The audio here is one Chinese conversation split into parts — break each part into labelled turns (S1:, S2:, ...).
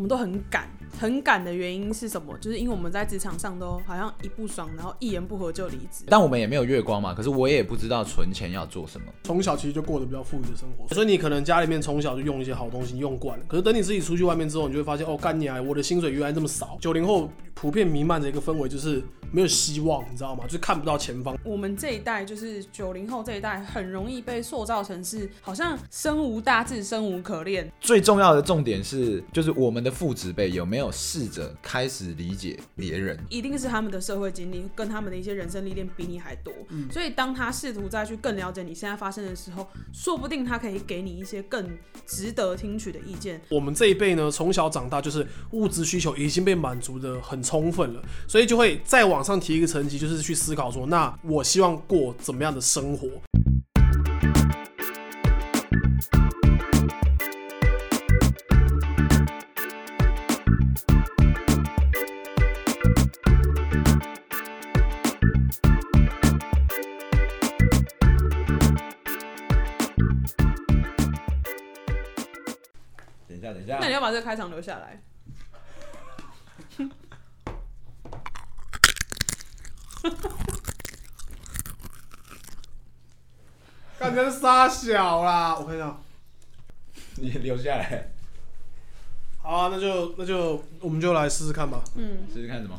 S1: 们都很赶，很赶的原因是什么？就是因为我们在职场上都好像一不爽，然后一言不合就离职。
S2: 但我们也没有月光嘛，可是我也不知道存钱要做什么。
S3: 从小其实就过得比较富裕的生活，所以你可能家里面从小就用一些好东西用惯了。可是等你自己出去外面之后，你就会发现，哦，干你啊！我的薪水原来这么少。九零后普遍弥漫着一个氛围，就是没有希望，你知道吗？就是看不到前方。
S1: 我们这一代就是九零后这一代，很容易被塑造成是好像生无大志、生无可恋。
S2: 最重要的重点是，就是我们的父子辈有没有试着开始理解别人？
S1: 一定是他们的社会经历跟他们的一些人生历练比你还多，所以当他试图再去更了解你现在发生的时候，说不定他可以给你一些更值得听取的意见。
S3: 我们这一辈呢，从小长大就是物质需求已经被满足的很充分了，所以就会再往上提一个层级，就是去思考说，那我希望过怎么样的生活？
S2: 等一下，等一
S1: 那你要把这个开场留下来。
S3: 干真傻小啦！我看一下，
S2: 你留下来
S3: 好、啊，那就那就我们就来试试看吧。
S2: 试试看什么？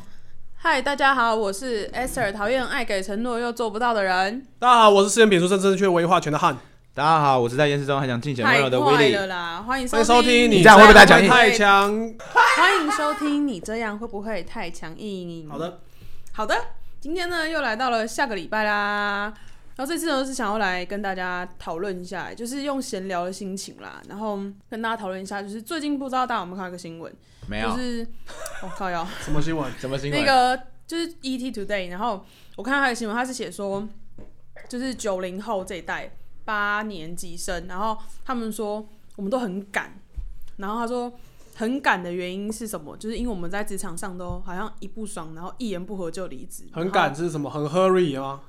S1: 嗨，大家好，我是 Esther，讨厌爱给承诺又做不到的人。
S3: 大家好，我是实验品书正正确维化权的汉。
S2: 大家好，我是在厌世中还想尽显温
S1: 太
S2: 柔的
S1: 快
S2: Willy。
S1: 了啦！欢迎
S3: 欢迎收听，
S2: 你这样会不会太
S3: 讲
S2: 强硬
S3: 太强？
S1: 欢迎收听，你这样会不会太强硬？
S3: 好的，
S1: 好的，今天呢又来到了下个礼拜啦。然后这次呢是想要来跟大家讨论一下，就是用闲聊的心情啦，然后跟大家讨论一下，就是最近不知道大家有没有看到一个新闻，
S2: 没有
S1: 就、是我、哦、靠腰，
S3: 什么新闻？
S2: 什么新闻？
S1: 那个就是 ET Today，然后我看他的新闻，他是写说，就是九零后这一代八年级生，然后他们说我们都很赶，然后他说很赶的原因是什么？就是因为我们在职场上都好像一不爽，然后一言不合就离职，
S3: 很赶是什么？很 hurry 啊吗？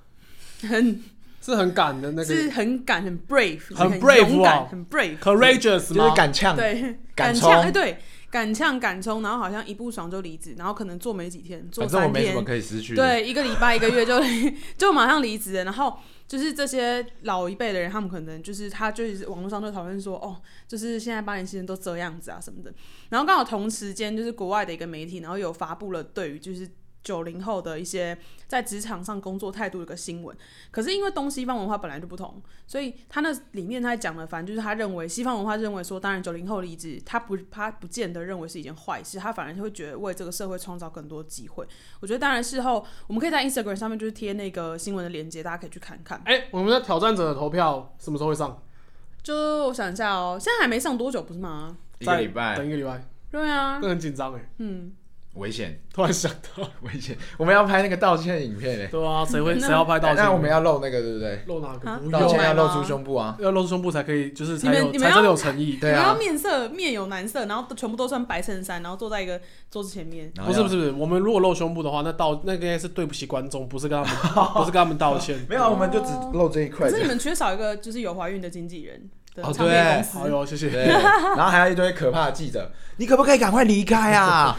S1: 很
S3: 是很赶的那
S1: 是
S3: 个
S1: 很赶，很 brave，
S3: 很
S1: 很
S3: brave
S1: 勇敢
S3: 哦
S1: 很 brave，
S3: courageous
S2: 就是
S3: 吗？
S2: 敢呛，
S1: 对，
S2: 敢
S1: 呛，
S2: 冲
S1: 哎、对，敢呛敢冲，然后好像一不爽就离职，然后可能做没几天，做
S2: 反正我
S1: 三
S2: 没什
S1: 天
S2: 么，可以失去的。
S1: 对，一个礼拜、一个月就 就马上离职了。然后就是这些老一辈的人，他们可能就是他就是网络上就讨论说，哦，就是现在八年级生都这样子啊什么的。然后刚好同时间就是国外的一个媒体，然后有发布了对于就是。九零后的一些在职场上工作态度的一个新闻，可是因为东西方文化本来就不同，所以他那里面他讲了，反正就是他认为西方文化认为说，当然九零后离职，他不他不见得认为是一件坏事，他反而会觉得为这个社会创造更多机会。我觉得当然事后我们可以在 Instagram 上面就是贴那个新闻的链接，大家可以去看看。
S3: 哎、我们的挑战者的投票什么时候会上？
S1: 就我想一下哦，现在还没上多久不是吗？
S2: 一个礼
S3: 再等
S2: 拜，
S3: 一个礼拜，
S1: 对啊，
S3: 那很紧张哎。
S1: 嗯，
S2: 危险，
S3: 突然想到，
S2: 危险！我们要拍那个道歉影片嘞，欸
S3: 对啊，谁会
S1: 那
S3: 谁要拍道歉？
S2: 那我们要露那个对不对？
S3: 露哪个？
S1: 啊
S3: 不
S2: 道
S3: 用
S2: 歉
S3: 啊，
S2: 要露出胸部啊！
S3: 要露出胸部才可以，就是才
S1: 你
S3: 有
S1: 们你们
S3: 才
S1: 要
S3: 真的有诚意。
S2: 对
S1: 然
S2: 啊
S1: 后，面色面有难色，然后都全部都穿白衬衫，然后坐在一个桌子前面。
S2: 然后
S3: 不
S2: 要
S3: 是不是不是，我们如果露胸部的话，那道那个应该是对不起观众，不是跟他 们不是跟他们道歉。
S2: 没有，我们就只露这一块
S1: 可。是你们缺少一个就是有怀孕的经纪人的
S2: 哦
S1: 唱片公司，
S3: 好哎哟，谢谢。
S2: 对，然后还有一堆可怕的记者，你可不可以赶快离开啊？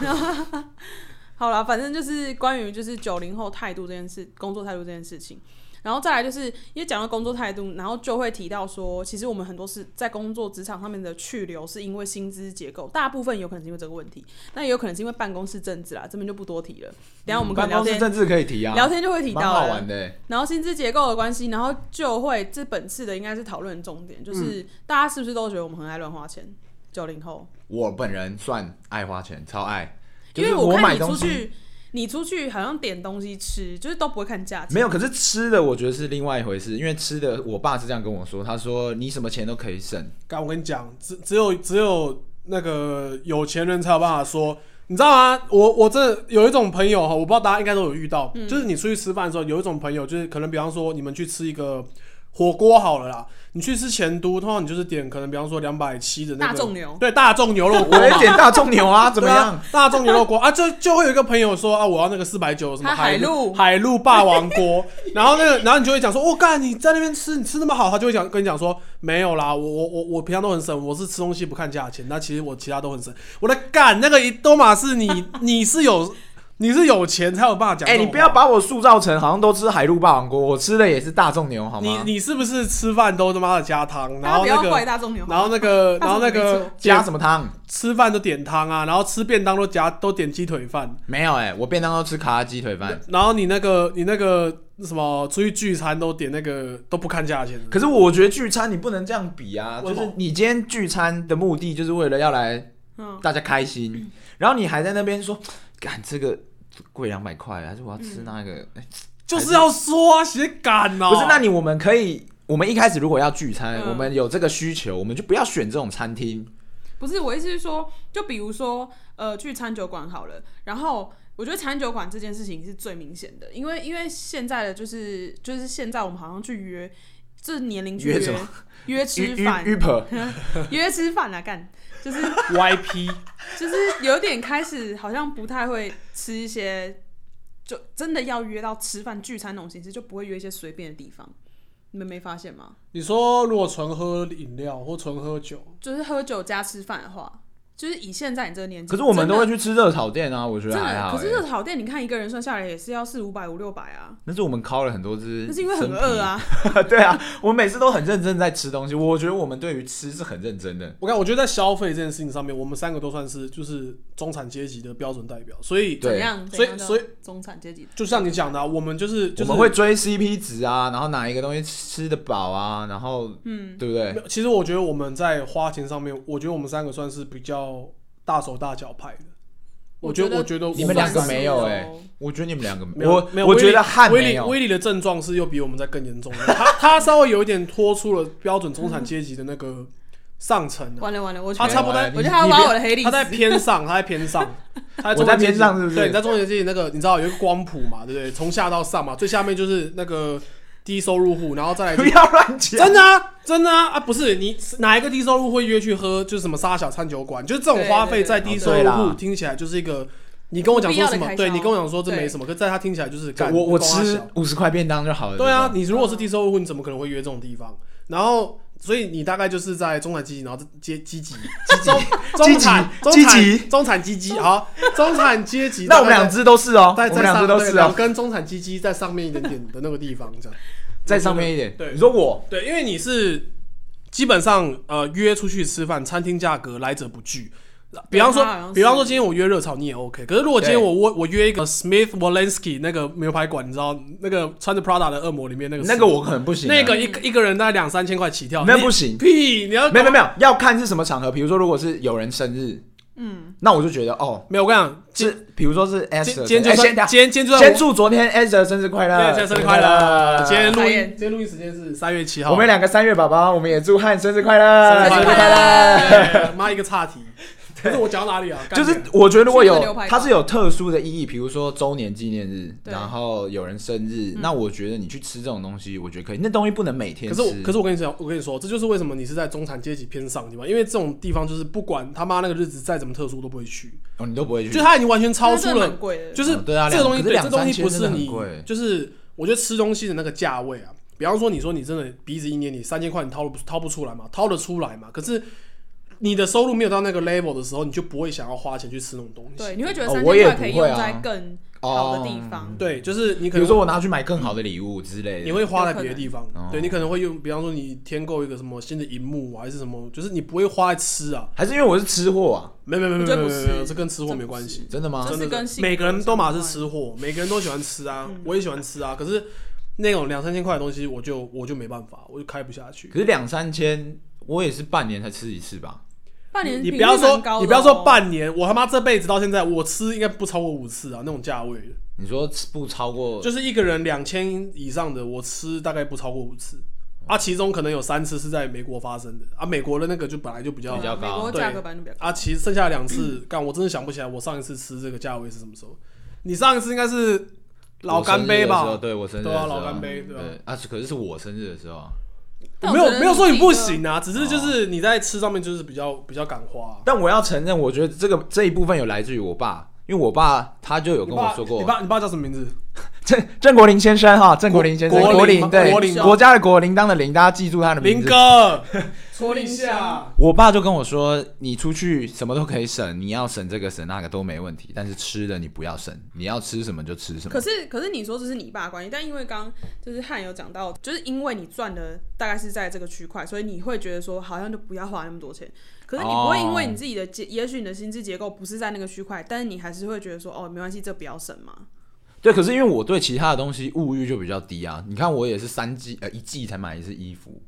S1: 好啦，反正就是关于就是九零后态度这件事，工作态度这件事情。然后再来就是，因为讲到工作态度，然后就会提到说，其实我们很多是在工作职场上面的去留，是因为薪资结构，大部分有可能是因为这个问题，那也有可能是因为办公室政治啊啦，这边就不多提了。等一 下我们可能
S2: 办
S1: 聊
S2: 公室
S1: 天、
S2: 政治可以提啊，
S1: 聊天就会提
S2: 嗯蛮
S1: 到
S2: 好
S1: 了
S2: 玩。的。
S1: 然后薪资结构的关系，然后就会这本次的应该是讨论重点，就是、
S2: 嗯
S1: 大家是不是都觉得我们很爱乱花钱？九零后，
S2: 我本人算爱花钱，超爱，
S1: 因
S2: 就
S1: 为
S2: 是
S1: 我看
S2: 买
S1: 你出
S2: 东西
S1: 去，你出去好像点东西吃，就是都不会看价钱。
S2: 没有，可是吃的我觉得是另外一回事，因为吃的我爸是这样跟我说，他说你什么钱都可 以省，
S3: 刚我跟你讲，只只有只有那个有钱人才有办法说，你知道吗？我我真的有一种朋友哈，我不知道大家应该都有遇到，
S1: 嗯
S3: 就是你出去吃饭的时候，有一种朋友就是可能，比方说你们去吃一个火锅好了啦，你去吃前都，通常你就是点可能比方说两百七的那
S1: 大
S3: 个
S1: 众牛
S3: 对大众牛肉锅
S2: 我也
S3: 嘛，
S2: 点大众 牛啊，怎么
S3: 对
S2: 样
S3: 啊？？大众牛肉锅啊，就就会有一个朋友说啊，我要那个四百九什么
S1: 他海
S3: 陆
S1: 陆
S3: 海陆霸王 锅，然后那个然后你就会讲说，我、干你在那边吃，你吃那么好，他就会讲跟你讲说没有啦，我我我我平常都很省，我是吃东西不看价钱，那其实我其他都很省。我的干那个一都马是你 你是有你是有钱才有办法讲这
S2: 哎、
S3: 种话，
S2: 你不要把我塑造成好像都吃海陆霸王锅，我吃的也是大众牛，好
S3: 你
S2: 吗？
S3: 你是不是吃饭都他妈的加汤，然
S1: 大家不
S3: 后那
S1: 要怪
S3: 个
S1: 大众牛，
S3: 然后那个然后那
S1: 大众牛没
S3: 个
S1: 错
S2: 加什么汤？
S3: 吃饭都点汤啊，然后吃便当都夹都点鸡腿饭。
S2: 没有哎、我便当都吃卡拉鸡腿饭。
S3: 然后你那个你那个什么出去聚餐都点那个都不看价钱的，
S2: 可是我觉得聚餐你不能这样比啊，就
S3: 为什么
S2: 是你今天聚餐的目的就是为了要来
S1: 嗯，
S2: 大家开心，然后你还在那边说，干这个贵两百块，啊还是我要吃那个？
S1: 嗯
S2: 哎
S3: 就是要说啊，写感呐、
S2: 不是，那你我们可以，我们一开始如果要聚餐，
S1: 嗯
S2: 我们有这个需求，我们就不要选这种餐厅。
S1: 不是我意思是说，就比如说呃去餐酒馆好了，然后。我觉得餐酒馆这件事情是最明显的，因为因为现在的就是就是现在我们好像去约，这年龄去
S2: 约
S1: 约
S2: 什么
S1: 约吃饭
S2: u p
S1: 约吃饭啊干，就是
S3: 那 YP
S1: 就是有点开始好像不太会吃一些，就真的要约到吃饭聚餐那种形式，就不会约一些随便的地方。你们没发现吗？
S3: 你说如果纯喝饮料或纯喝酒，
S1: 就是喝酒加吃饭的话，就是以现在你这个年纪，
S2: 可是我们都会
S1: 真的。
S2: 去吃热炒店啊，我觉
S1: 真
S2: 得还
S1: 的，
S2: 好、
S1: 可
S2: 欸
S1: 是。热炒店，你看一个人算下来也是要四五百、五六百啊，
S2: 那是我们烤了很多只，
S1: 那是因为很饿。啊。
S2: 对啊，我每次都很认真在吃东西，我觉得我们对于吃是很认真的。
S3: 我看我觉得在消费这件事情上面，我们三个都算是就是中产阶级的标准代表，所以
S2: 对
S1: 怎样？
S3: 所
S1: 怎
S3: 以
S1: 样叫
S3: 所以
S1: 中产阶级
S3: 就像你讲的啊、我们就是就是
S2: 我们会追 CP 值啊，然后哪一个东西吃得饱啊，然后嗯，对不对
S3: 没？有其实我觉得我们在花钱上面，我觉得我们三个算是比较大手大脚派的。我觉得，
S1: 我
S3: 我
S1: 觉得
S3: 觉得我
S2: 你们两个
S3: 算是
S2: 没有
S1: 我
S2: 哎、
S1: 算是有
S2: 我觉得你们两个
S3: 没
S2: 没
S3: 有
S2: 我
S3: 没有，
S2: 我
S3: 威
S2: 觉
S3: 力
S2: 得汉
S3: 威
S2: 没
S3: 力
S2: 有，
S3: 威力的症状是又比我们在更严重的， 他他稍微有一点脱出了标准中产阶级的那个上层啊、
S1: 完了完了，我觉
S3: 他
S1: 得
S3: 差不多，
S2: 完了
S1: 我觉得他要
S3: 你
S1: 挖我的黑历史
S3: 他。在偏上， 他在偏上，他
S2: 我在偏上
S3: 中
S2: 是不是
S3: 产阶级对，你在中产阶级那个，你知道有一个光谱嘛，对不对？从下到上嘛，最下面就是那个低收入户，然后再来就
S2: 不要乱讲。
S3: 真的啊，真的啊，啊不是你哪一个低收入会约去喝，就是什么沙小餐酒馆，就是这种花费在低收
S2: 对对
S3: 入
S2: 对
S3: 户
S2: 哦对啦
S3: 听起来就是一个，你跟我讲
S1: 不必
S3: 说
S1: 要的
S3: 什么
S1: 开？销
S3: 对你跟我讲说这
S1: 对
S3: 没什么，可是在他听起来就是干
S2: 我我
S3: 你懂啊
S2: 吃
S3: 小
S2: 五十块便当就好了。
S3: 对啊，
S2: 这种，
S3: 你如果是低收入户，你怎么可能会约这种地方？然后，所以你大概就是在中产积极，然后阶积极 中中产中
S2: 积极积
S3: 产
S2: 极
S3: 中产积极好，中产阶级。
S2: 那我们两
S3: 只
S2: 只都是哦，我
S3: 在在
S2: 们两
S3: 上
S2: 只都
S3: 对
S2: 是
S3: 两
S2: 哦，
S3: 根中产积极在上面一点点的那个地方，这样
S2: 在上面一点。
S3: 对
S2: 你说我
S3: 对，因为你是基本上呃约出去吃饭，餐厅价格来者不拒。比方
S1: 他好像
S3: 说，
S1: 是嗯
S3: 比方说今天我约热炒，你也 OK。可是如果今天
S2: 对
S3: 我我我约一个 Smith Walensky 那个牛排馆，你知道那个穿着 Prada 的恶魔里面那个
S2: 那个我可能不行啊，
S3: 那个一个一个人大概两三千块起跳，
S2: 那
S3: 你
S2: 不行
S3: 屁！你要
S2: 没有没有没有，要看是什么场合。比如说，如果是有人生日，嗯，那我就觉得哦，
S3: 没有，我跟你讲，
S2: 是比如说是 S 的
S3: 今今天就
S2: 哎
S3: 算
S2: 先等一下
S3: 今天今天就算
S2: 先祝昨天 S 的生日快乐，
S3: 对，今天生日快乐！今天录
S1: 傻
S3: 音
S1: 眼，
S3: 今天录音时间是三月七号，
S2: 我们两个三月宝宝，我们也祝汉生日快
S3: 哦生
S2: 乐，
S3: 日快
S1: 乐
S3: 乐哎妈一个岔 题，可是我讲到哪里啊？干
S2: 就是
S3: 你啊
S2: 我觉得如果
S1: 是不是牛
S2: 有
S1: 排
S2: 它是有特殊的意义，比如说周年纪念日，
S1: 对
S2: 然后有人生日，那我觉得你去吃这种东西，我觉得可以。那东西不能每天
S3: 可
S2: 吃，
S3: 是我，可是我跟你讲，我跟你说，这就是为什么你是在中产阶级偏上的地方，因为这种地方就是不管他妈那个日子再怎么特殊都不会去，
S2: 哦你都不会
S3: 就
S2: 去。
S3: 他已经完全超出
S1: 真的
S3: 了
S1: 蛮贵的，
S3: 就是
S2: 哦对啊
S3: 这个东西，
S2: 两可是
S3: 对
S2: 两
S3: 这东西
S2: 三千
S3: 不是
S2: 真的很
S3: 你
S2: 贵，
S3: 就是我觉得吃东西的那个价位啊，比方说你说你真的鼻子一捏，你三千块你掏得不掏不出来嘛，掏得出来嘛，可是你的收入没有到那个 level 的时候，你就不会想要花钱去吃那种东西。
S1: 对，你会觉得
S2: 哦
S1: 三千
S2: 我也
S1: 块可以
S2: 不会
S1: 用
S2: 啊
S1: 在更好的地方。
S3: 哦对，就是你可
S2: 比
S3: 能
S2: 如说我拿去买更好的礼物之类的，
S3: 你会花在别的地方
S2: 能，
S3: 对
S2: 哦
S3: 你可能会用，比方说你添购一个什么新的荧幕啊还是什么，就是你不会花在吃啊，
S2: 还是因为我是吃货啊？
S3: 没有没有没有
S1: 我觉
S3: 没
S1: 得
S3: 有
S1: 不
S3: 没有
S1: 是
S3: 没有，这跟吃货没关系。
S2: 真的吗
S1: 这？
S3: 真
S1: 是
S3: 的
S1: 跟
S3: 是
S1: 性格
S3: 每个人
S1: 有
S3: 都嘛
S1: 关嗯
S3: 是吃货，每个人都喜欢吃啊，我也喜欢吃啊。可是那种两三千块的东西，我就我就没办法，我就开不下去。
S2: 可是两三千，我也是半年才吃一次吧。
S1: 半年
S3: 你
S1: 比
S3: 不要
S1: 例蛮
S3: 说
S1: 高的
S3: 你不要
S1: 哦
S3: 说半年，我他妈这辈子到现在我吃应该不超过五次啊，那种价位的，
S2: 你说吃不超过，
S3: 就是一个人两千以上的，我吃大概不超过五次。啊，其中可能有三次是在美国发生的啊，美国的那个就本来就比较
S2: 比较高
S1: 美国
S3: 对
S1: 价格本来就比较高。
S3: 啊，其实剩下两次，干我真的想不起来我上一次吃这个价位是什么时候。你上一次应该是老干杯
S2: 我生日的时候
S3: 吧？
S2: 对我生日的
S3: 对
S2: 时
S3: 啊，
S2: 候，
S3: 老干杯，对吧、
S2: 对啊，可是是我生日的时候啊，
S1: 但我
S3: 没
S1: 觉
S3: 有
S1: 得
S3: 没有说
S1: 自
S3: 你
S1: 己
S3: 不
S1: 的
S3: 行啊，只是就是你在吃上面就是比较比较敢花、
S2: 但我要承认，我觉得这个这一部分有来自于我爸，因为我爸他就有
S3: 你
S2: 跟
S3: 爸
S2: 我说过
S3: 你，爸你爸叫什么名字？
S2: 郑郑国林先生哈，郑国林先生，
S3: 国
S2: 国
S3: 林吗
S2: 林对
S3: 国林啊
S2: 国家的国，铃铛的铃，大家记住他的名
S3: 林
S2: 字。
S3: 哥，
S1: 说一下，
S2: 我爸就跟我说，你出去什么都可以省，你要省这个省那个都没问题，但是吃的你不要省，你要吃什么就吃什么
S1: 可。是可是你说这是你爸的关系，但因为刚就是汉有讲到，就是因为你赚的大概是在这个区块，所以你会觉得说好像就不要花那么多钱。可是你不会因为你自己的结，也许你的薪资结构不是在那个区块，但是你还是会觉得说哦没关系，这不要省嘛。
S2: 对，可是因为我对其他的东西物欲就比较低啊，你看我也是三季呃一季才买一次衣服，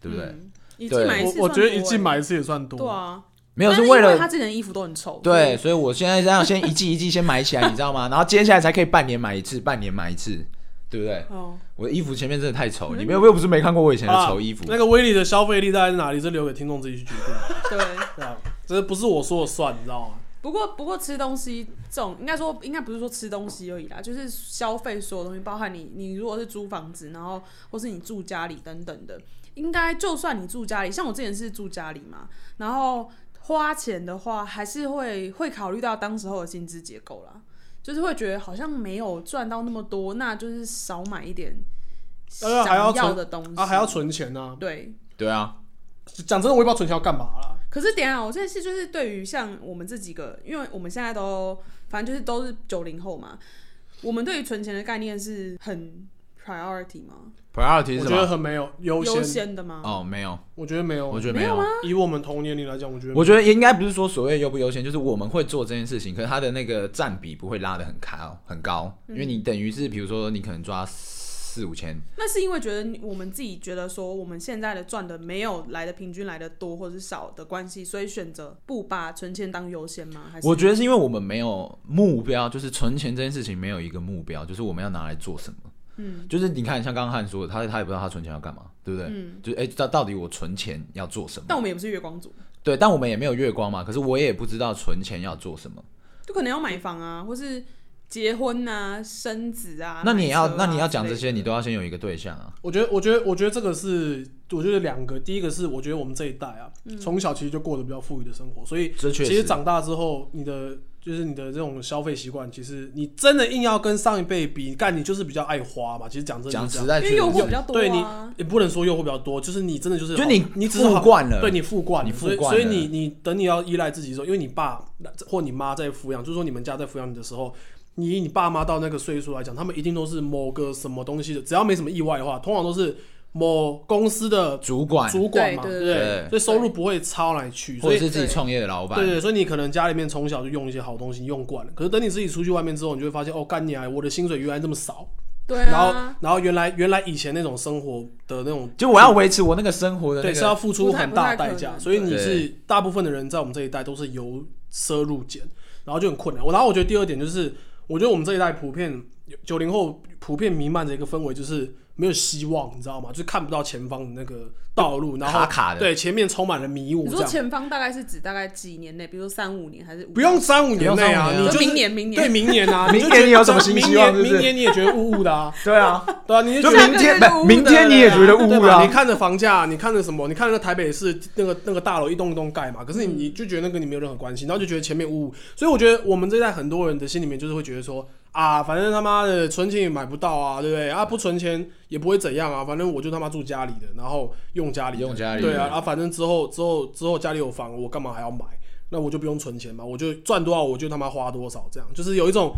S2: 对不对？
S3: 嗯
S1: 一季
S2: 对
S1: 买一次
S3: 我我觉得一季
S1: 算多欸
S3: 买一次也算多。
S1: 对啊，
S2: 没有
S1: 但
S2: 是
S1: 是
S2: 为
S1: 因
S2: 了
S1: 他之前的衣服都很臭，
S2: 对，，所以我现在这样先一季一季先买起来，你知道吗？然后接下来才可以半年买一次，半年买一次，对不对？
S1: 哦，
S2: 我的衣服前面真的太丑，你们又不是没看过我以前的
S3: 啊
S2: 丑衣服。
S3: 那个威力的消费力大概在哪里？这留给听众自己去决 定。
S1: 对。
S3: 对啊，这不是我说了算，你知道吗？
S1: 不过，不过吃东西这种，应该说应该不是说吃东西而已啦，就是消费所有东西，包含你你如果是租房子，然后或是你住家里等等的，应该就算你住家里，像我之前是住家里嘛，然后花钱的话，还是会会考虑到当时候的薪资结构啦，就是会觉得好像没有赚到那么多，那就是少买一点想
S3: 呃还要存
S1: 的东西
S3: 啊，还要存钱呢、
S1: 对，
S2: 对啊，
S3: 讲真的，我也不知道存钱要干嘛啦。
S1: 可是等一下，我现在是就是对于像我们这几个，因为我们现在都反正就是都是九零后嘛，我们对于存钱的概念是很 priority 吗？
S2: ，priority 是
S3: 我
S2: 什
S3: 觉得
S2: 么？
S3: 很没有优
S1: 优
S3: 先，
S1: 先的吗？
S2: 哦，没有，
S3: 我觉得没有，
S2: 我觉得
S1: 没有
S2: 有。
S1: 吗
S3: 以我们同年龄来讲，我觉得没有
S2: 我觉得应该不是说所谓优不优先，就是我们会做这件事情，可是它的那个占比不会拉得很高很高，因为你等于是比如说你可能抓四五千，
S1: 那是因为觉得你我们自己觉得说我们现在的赚的没有来的平均来的多或者是少的关系，所以选择不把存钱当优先吗？还是
S2: 我觉得是因为我们没有目标，就是存钱这件事情没有一个目标，就是我们要拿来做什么。嗯，就是你看，像刚刚汉说的，他他也不知道他存钱要干嘛，对不对？嗯，就是哎，到、到底我存钱要做什么？
S1: 但我们也不是月光族，
S2: 对，但我们也没有月光嘛，可是我也不知道存钱要做什么。
S1: 就可能要买房啊，或是结婚啊、生子啊。
S2: 那你也
S1: 买
S2: 要、
S1: 车啊
S2: 那你要讲这
S1: 之类
S2: 些，
S1: 的
S2: 你都要先有一个对象啊。
S3: 我觉得，我觉得，我觉得这个是，我觉得两个，第一个是，我觉得我们这一代啊，从、小其实就过得比较富裕的生活，所以
S2: 这确
S3: 其
S2: 实
S3: 实长大之后，你的就是你的这种消费习惯，其实你真的硬要跟上一辈比，干你就是比较爱花嘛。其实讲真的
S2: 讲
S3: 就是这样，
S2: 实在
S1: 因为
S2: 确实
S1: 诱惑
S2: 是
S1: 比较多、啊，
S3: 对你也不能说诱惑比较多，就是你真的就是
S2: 就
S3: 好
S2: 你
S3: 你只是好
S2: 富惯了
S3: 对你富惯了，
S2: 你
S3: 所以
S2: 富惯
S3: 所以
S2: 了
S3: 你你等你要依赖自己的时候，因为你爸或你妈在抚养，就是说你们家在抚养你的时候。你以你爸妈到那个岁数来讲，他们一定都是某个什么东西的，只要没什么意外的话，通常都是某公司的
S2: 主管
S3: 主管嘛，
S1: 对
S3: 对
S1: 对
S2: 对
S3: 不所以收入不会超来去，
S2: 或
S3: 所
S2: 者
S3: 以
S2: 是自己创业的老板，
S3: 对对，所以你可能家里面从小就用一些好东西用惯了，可是等你自己出去外面之后，你就会发现，哦，干你啊，我的薪水原来这么少，
S1: 对
S3: 然
S1: 啊
S3: 后。然后原来原来以前那种生活的那种，
S2: 就我要维持我那个生活的那
S3: 对是
S2: 个
S3: 要付出很大的代价，
S1: 不太不太可能
S3: 所以你
S2: 对
S3: 是大部分的人在我们这一代都是由奢入俭，然后就很困难。我然后我觉得第二点就是，我觉得我们这一代普遍九零后普遍弥漫着一个氛围，就是没有希望，你知道吗？就是看不到前方的那个道路，然后
S2: 卡卡的
S3: 对前面充满了迷雾，
S1: 你
S3: 这
S1: 说
S3: 样
S1: 前方大概是指大概几年内，比如说三五年还是五？
S3: 不用三五年内啊，
S2: 不用三五年啊
S3: 你就是
S1: 就明年明年
S3: 对明年啊，就
S2: 明年你有什么
S3: 觉得
S2: 新希望
S3: 明
S2: 是
S3: 年
S2: 不是
S3: 明年你也觉得雾雾的啊，
S2: 对 啊，
S3: 对啊，你
S2: 就
S3: 觉得
S1: 这
S2: 明天
S1: 个就是
S2: 不，明天你也觉得
S3: 对
S2: 污
S3: 吧
S2: 了啊。
S3: 你看着房价，你看着什么？你看着台北市那个那个大楼一栋一栋盖嘛，可是你
S2: 嗯
S3: 你就觉得那跟你没有任何关系，然后就觉得前面污污。所以我觉得我们这一代很多人的心里面就是会觉得说啊，反正他妈的存钱也买不到啊，对不对？啊，不存钱也不会怎样啊，反正我就他妈住家里的，然后用家里的
S2: 用家里的
S3: 对啊，啊，反正之后之后之后家里有房，我干嘛还要买？那我就不用存钱嘛，我就赚多少我就他妈花多少，这样就是有一种。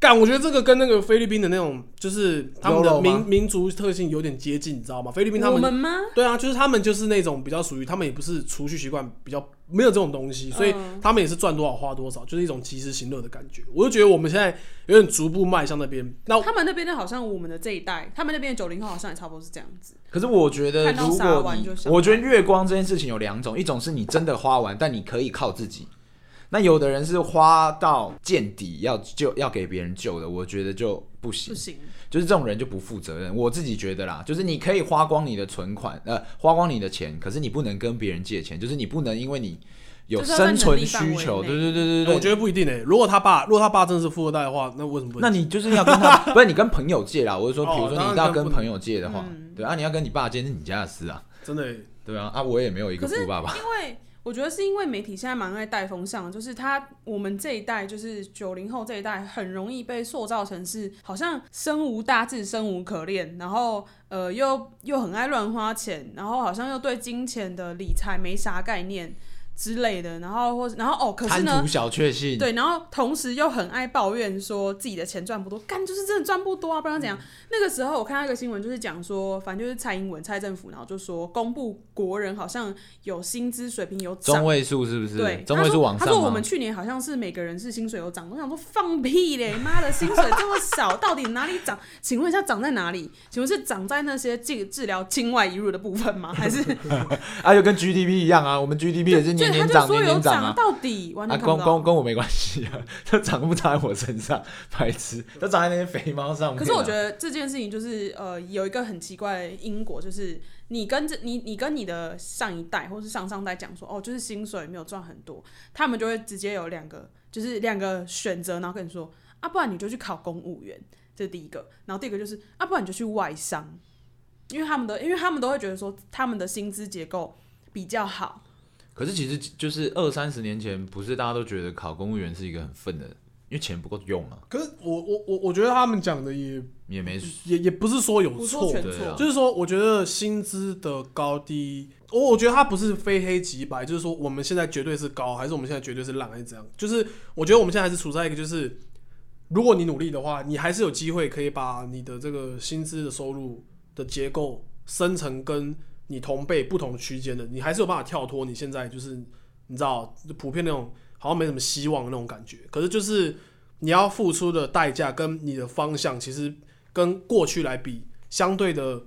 S3: 干，我觉得这个跟那个菲律宾的那种，就是他们的
S2: Yolo 吗
S3: 民民族特性有点接近，你知道吗？菲律宾他
S1: 我们
S3: 们
S1: 吗？
S3: 对啊，就是他们就是那种比较属于他们也不是储蓄习惯比较没有这种东西，所以
S1: 嗯
S3: 他们也是赚多少花多少，就是一种及时行乐的感觉。我就觉得我们现在有点逐步迈向那边。那
S1: 他们那边的好像我们的这一代，他们那边的九零后好像也差不多是这样子。
S2: 可是我觉得，
S1: 看到
S2: 如
S1: 撒
S2: 果
S1: 完
S2: 你
S1: 就，想
S2: 我觉得月光这件事情有两种，一种是你真的花完，但你可以靠自己；那有的人是花到见底要救，要给别人救的，我觉得就不行
S1: 不。
S3: 嗯
S1: 行，
S2: 就是这种人就不负责任。我自己觉得啦，就是你可以花光你的存款，呃，花光你的钱，可是你不能跟别人借钱，就是你不能因为你有
S1: 就是要在
S2: 生
S1: 能
S2: 存
S1: 力范
S2: 需
S1: 围
S2: 求，
S1: 内
S2: 对对对对对。
S3: 我觉得不一定诶、如果他爸，如果他爸真的是富二代的话，那为什么不
S2: 那
S3: 能？
S2: 你就是要跟 他，不是你跟朋友借啦。我是说，
S3: 哦
S2: 比如说
S3: 当
S2: 你一
S3: 然
S2: 定要
S3: 这
S2: 跟
S3: 样不
S2: 朋友借的话，
S1: 嗯
S2: 对啊，你要跟你爸借是你家的事啊，
S3: 真的、欸，
S2: 对啊，啊，我也没有一个
S1: 可是
S2: 富爸爸，
S1: 因为我觉得是因为媒体现在蛮爱带风向，就是他我们这一代，就是九零后这一代，很容易被塑造成是好像生无大志、生无可恋，然后呃又又很爱乱花钱，然后好像又对金钱的理财没啥概念之类的，然后或然后哦，可是
S2: 贪
S1: 呢
S2: 图，小确幸，
S1: 对，然后同时又很爱抱怨说自己的钱赚不多，干就是真的赚不多啊，不然怎
S2: 嗯
S1: 样？那个时候我看到一个新闻，就是讲说，反正就是蔡英文、蔡政府，然后就说公布国人好像有薪资水平有
S2: 中
S1: 涨。
S2: 位数是不是？
S1: 对，
S2: 中
S1: 他
S2: 位
S1: 说
S2: 数往
S1: 他
S2: 上啊
S1: 说我
S2: 吗
S1: 们？去年好像是每个人是薪水有涨，我想说放屁嘞，妈的薪水这么少，到底哪里涨？请问一下涨在哪里？请问是涨在那些治治疗境外移入的部分吗？还 是
S2: 啊，就跟 GDP 一样啊，我们 GDP 也是
S1: 对
S2: 年
S1: 他
S2: 年
S1: 就
S2: 涨，
S1: 说
S2: 年
S1: 有
S2: 年
S1: 涨
S2: 涨
S1: 啊，
S2: 啊。
S1: 到底完
S2: 啊，
S1: 全看不
S2: 跟
S1: 到
S2: 跟。跟我没关系啊， 这长不长在我身上， 白痴，都长在那些肥猫上面啊。
S1: 可是我觉得这件事情就是呃，有一个很奇怪的因果，就是你跟这你你跟你的上一代或是上上代讲说，哦，就是薪水没有赚很多，他们就会直接有两个，就是两个选择，然后跟你说，啊，不然你就去考公务员，这是第一个，然后第二个就是，啊，不然你就去外商，因为他们的因为他们都会觉得说他们的薪资结构比较好，
S2: 可是其实就是二三十年前，不是大家都觉得考公务员是一个很笨的，因为钱不够用啊，
S3: 可是我我我我觉得他们讲的也
S2: 也没
S3: 也也不是说有
S1: 不
S3: 错
S1: 说，全
S2: 对啊
S1: 错，
S3: 就是说，我觉得薪资的高低，我我觉得它不是非黑即白，就是说我们现在绝对是高，还是我们现在绝对是烂，还是怎样？就是我觉得我们现在还是处在一个，就是如果你努力的话，你还是有机会可以把你的这个薪资的收入的结构生成跟你同辈不同区间的，你还是有办法跳脱你现在就是你知道普遍那种好像没什么希望的那种感觉。可是就是你要付出的代价跟你的方向，其实跟过去来比，相对的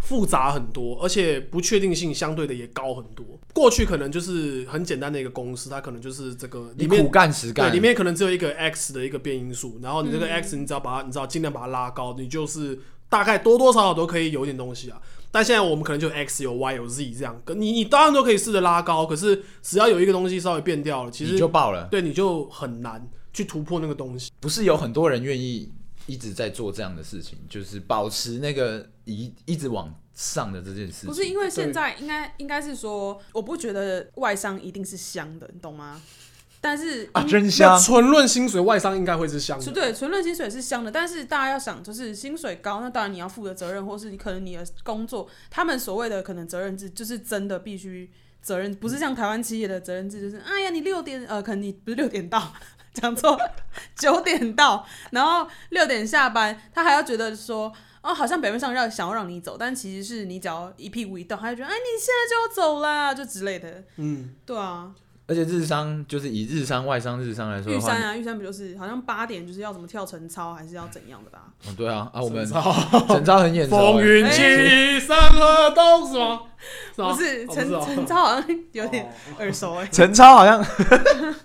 S3: 复杂很多，而且不确定性相对的也高很多。过去可能就是很简单的一个公式，它可能就是这个
S2: 你
S3: 里
S2: 苦
S3: 面。
S2: 干实
S3: 对，
S2: 干，嗯
S3: 里面可能只有一个 x 的一个变因数，然后你这个 x 你只要把它，你知道尽量把它拉高，你就是大概多多少少都可以有一点东西啊。但现在我们可能就有 x 有 y 有 z 这样，可你你当然都可以试着拉高，可是只要有一个东西稍微变掉了，其实
S2: 你就爆了。
S3: 对你就很难去突破那个东西。
S2: 不是有很多人愿意一直在做这样的事情，就是保持那个一一直往上的这件事情。
S1: 不是因为现
S3: 对
S1: 在应该应该是说，我不觉得外商一定是香的，你懂吗？但是
S2: 啊，真香
S3: 那！纯论薪水，外商应该会是香
S1: 纯
S3: 的。
S1: 对纯论薪水是香的，但是大家要想，就是薪水高，那当然你要负的责任，或是你可能你的工作，他们所谓的可能责任制，就是真的必须责任，不是像台湾企业的责任制，就是哎呀你六点呃，可能你不是六点到，讲错，九点到，然后六点下班，他还要觉得说。哦，好像表面上要想要让你走，但其实是你只要一屁股一动，他就觉得哎，你现在就要走啦，就之类的。
S3: 嗯，
S1: 对啊，
S2: 而且日商就是以日商、外商、日商来说
S1: 玉
S2: 的话，
S1: 山啊，玉山不就是好像八点就是要怎么跳晨操，还是要怎样的吧？
S2: 哦对啊啊，我哎们
S3: 知道
S2: 整招很眼熟欸。
S3: 风云起，山河动是吗？吗
S1: 不是
S3: 哦
S1: 陈
S3: 哦
S1: 陈超好像有点
S3: 哦
S1: 耳熟 哎，
S2: 陈超好像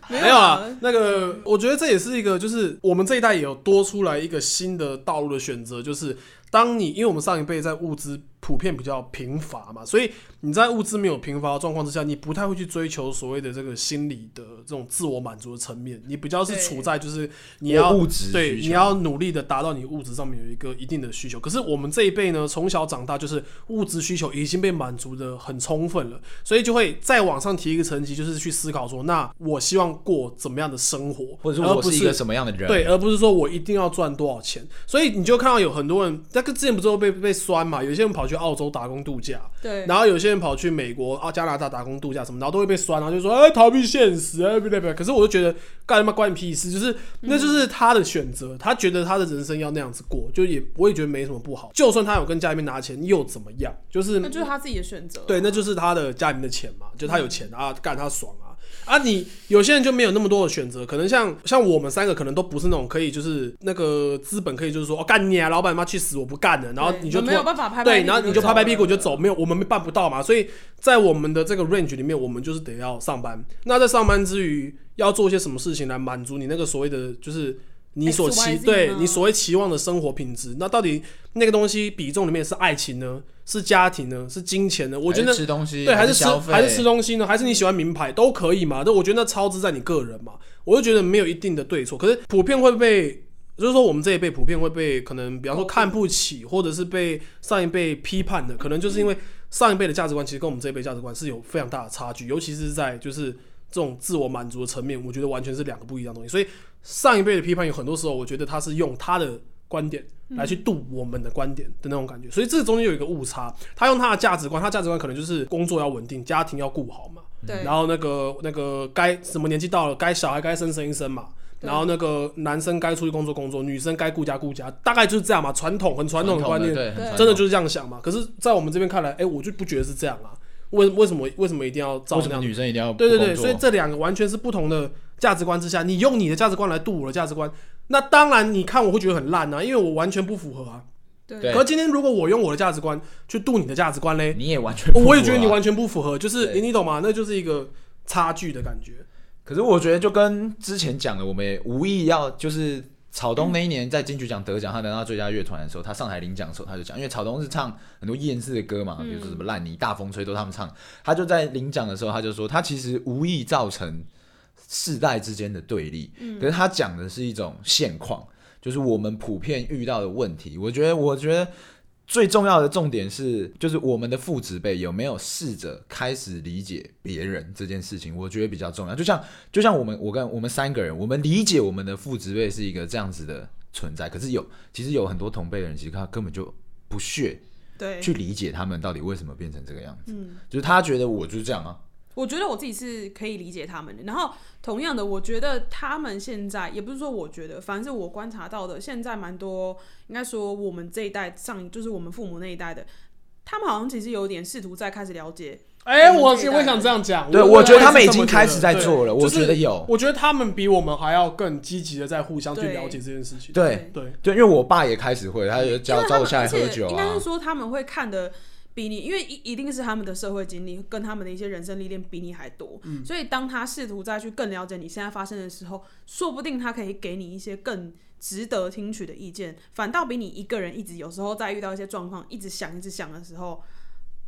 S1: 没
S3: 没有
S1: 啊
S3: 啊，，那个我觉得这也是一个，就是我们这一代也有多出来一个新的道路的选择，就是当你因为我们上一辈在物资普遍比较贫乏嘛，所以你在物资没有贫乏的状况之下，你不太会去追求所谓的这个心理的这种自我满足的层面，你比较是
S1: 对
S3: 处在就是你要
S2: 物质
S3: 对，
S2: 需
S3: 你
S2: 求
S3: 要努力的达到你物质上面有一个一定的需求。可是我们这一辈呢，从小长大就是物质需求已经被满足的很充分了，所以就会再往上提一个层级，就是去思考说，那我希望过怎么样的生活，
S2: 或者
S3: 而
S2: 说我
S3: 啊不
S2: 是
S3: 是
S2: 一个什么样的人？
S3: 对，，而不是说我一定要赚多少钱。所以你就看到有很多人，那个之前不是都被被酸嘛，有些人跑去澳洲打工度假，
S1: 对，
S3: 然后有些人跑去美国、啊加拿大打工度假什么，然后都会被酸，然后就说哎、逃避现实，哎不对不对。可是我就觉得干他妈关你屁事，就是那就是他的选择，他觉得他的人生要那样子过，就也我也觉得没什么不好。就算他有跟家里面拿钱又怎么样？就是
S1: 那就是他自己的选择。
S3: 对，那就是他的家里面的钱嘛，就他有钱啊，干他爽啊。啊你，有些人就没有那么多的选择，可能像像我们三个，可能都不是那种可以就是那个资本可以就是说哦干你啊，老板妈去死，我不干了，然后
S1: 对
S3: 你就
S1: 我
S3: 突
S1: 没
S3: 然
S1: 有办法拍，
S3: 对，然后你就拍拍屁股
S1: 走
S3: 就走，没有，我们没办不到嘛。所以在我们的这个 range 里面，我们就是得要上班。那在上班之余，要做些什么事情来满足你那个所谓的就是你所
S1: XYZ
S3: 期对
S1: 吗
S3: 你所谓期望的生活品质，那到底那个东西比重里面是爱情呢，是家庭呢，是金钱呢？我觉
S2: 还
S3: 得
S2: 是吃东西，
S3: 对，还是吃
S2: 消费，
S3: 还是吃东西呢，还是你喜欢名牌都可以嘛？但我觉得那超支在你个人嘛，我就觉得没有一定的对错，可是普遍会被。就是说，我们这一辈普遍会被可能，比方说看不起，或者是被上一辈批判的，可能就是因为上一辈的价值观其实跟我们这一辈价值观是有非常大的差距，尤其是在就是这种自我满足的层面，我觉得完全是两个不一样的东西。所以上一辈的批判有很多时候，我觉得他是用他的观点
S1: 嗯
S3: 来去度我们的观点的那种感觉，所以这中间有一个误差。他用他的价值观，他价值观可能就是工作要稳定，家庭要顾好嘛，
S1: 对，
S3: 然后那个那个该什么年纪到了，该小孩该生生一生嘛。
S1: 对
S3: 然后那个男生该出去工作工作，女生该顾家顾家，大概就是这样嘛，传统很传
S2: 传
S3: 统的观念，
S2: 对，很
S1: 对
S2: 传统
S3: 真的就是这样想嘛。可是，在我们这边看来，哎，我就不觉得是这样啊。为为什么为什么一定要照
S2: 为
S3: 那
S2: 什么
S3: 样
S2: 女生一定要
S3: 对对
S2: 不
S3: 对，
S2: 工
S3: 所以
S2: 作
S3: 这两个完全是不同的价值观之下，你用你的价值观来度我的价值观，那当然你看我会觉得很烂啊，因为我完全不符合啊。
S2: 对
S3: 可是今天如果我用我的价值观去度你的价值观嘞，
S2: 你也完全不符合啊，
S3: 我也觉得你完全不符合，就是
S2: 对
S3: 你你懂吗？那就是一个差距的感觉。
S2: 可是我觉得就跟之前讲的，我们也无意要就是草东那一年在金曲奖得奖，他拿到最佳乐团的时候，他上台领奖的时候他就讲，因为草东是唱很多厌世的歌嘛，比如说什么烂泥、大风吹都是他们唱，他就在领奖的时候他就说，他其实无意造成世代之间的对立，可是他讲的是一种现况，就是我们普遍遇到的问题。我觉得，我觉得。最重要的重点是，就是我们的父职辈有没有试着开始理解别人这件事情，我觉得比较重要。就像就像我们，我跟我们三个人，我们理解我们的父职辈是一个这样子的存在，可是有其实有很多同辈的人，其实他根本就不屑
S1: 对，
S2: 去理解他们到底为什么变成这个样子，
S1: 嗯，
S2: 就是他觉得我就是这样啊，
S1: 我觉得我自己是可以理解他们的。然后同样的，我觉得他们现在也不是说我觉得，反正是我观察到的，现在蛮多，应该说我们这一代上，就是我们父母那一代的，他们好像其实有点试图在开始了解，
S3: 哎、
S1: 我
S3: 我
S1: 们这一代
S3: 我也想这样讲，
S2: 对，
S3: 我
S2: 我觉得他们已
S3: 也是这
S2: 经
S3: 么
S2: 开始在
S3: 对
S2: 做了，我
S3: 就是
S2: 觉得有，
S3: 我觉得他们比我们还要更积极的在互相去
S1: 对
S3: 了解这件事情。
S2: 对
S3: 对，
S2: 对，因为我爸也开始会，他就
S1: 因为
S2: 叫
S1: 他
S2: 找我
S1: 们
S2: 下来
S1: 而且
S2: 喝酒
S1: 应该
S2: 啊
S1: 是，说他们会看的比你，因为一一定是他们的社会经历跟他们的一些人生历练比你还多，
S2: 嗯
S1: 所以当他试图再去更了解你现在发生的时候，说不定他可以给你一些更值得听取的意见，反倒比你一个人一直有时候在遇到一些状况一直想一直想的时候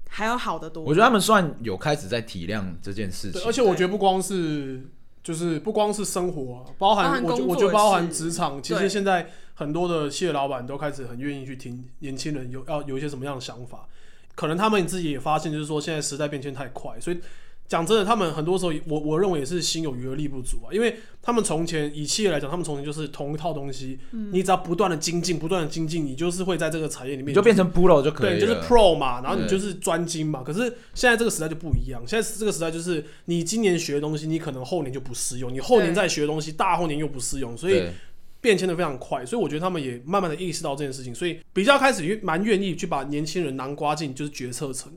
S1: 还要好得多。
S2: 我觉得他们算有开始在体谅这件事
S3: 对，
S2: 情
S3: 而，且我觉得不光是就是不光是生活、啊，包
S1: 包
S3: 含
S1: 含
S3: 我觉
S1: 工作
S3: 我觉得包
S1: 也
S3: 含
S1: 是
S3: 职场，其
S1: 对
S3: 实现在很多的企业老板都开始很愿意去听年轻人有要有一些什么样的想法，可能他们自己也发现，就是说现在时代变迁太快，所以。讲真的，他们很多时候也，我我认为也是心有余而力不足啊，因为他们从前以企业来讲，他们从前就是同一套东西，
S1: 嗯
S3: 你只要不断的精进，不断的精进，你就是会在这个产业里面
S2: 你就变成 pro 就可以
S3: 对，你就是
S2: 了。
S3: Pro 嘛，然后你
S2: 对
S3: 就是专精嘛。可是现在这个时代就不一样，现在这个时代就是你今年学的东西，你可能后年就不适用，你后年
S1: 对
S3: 再学的东西，大后年又不适用，所以
S2: 对，
S3: 变迁的非常快。所以我觉得他们也慢慢的意识到这件事情，所以比较开始愿蛮愿意去把年轻人南瓜进就是决策层。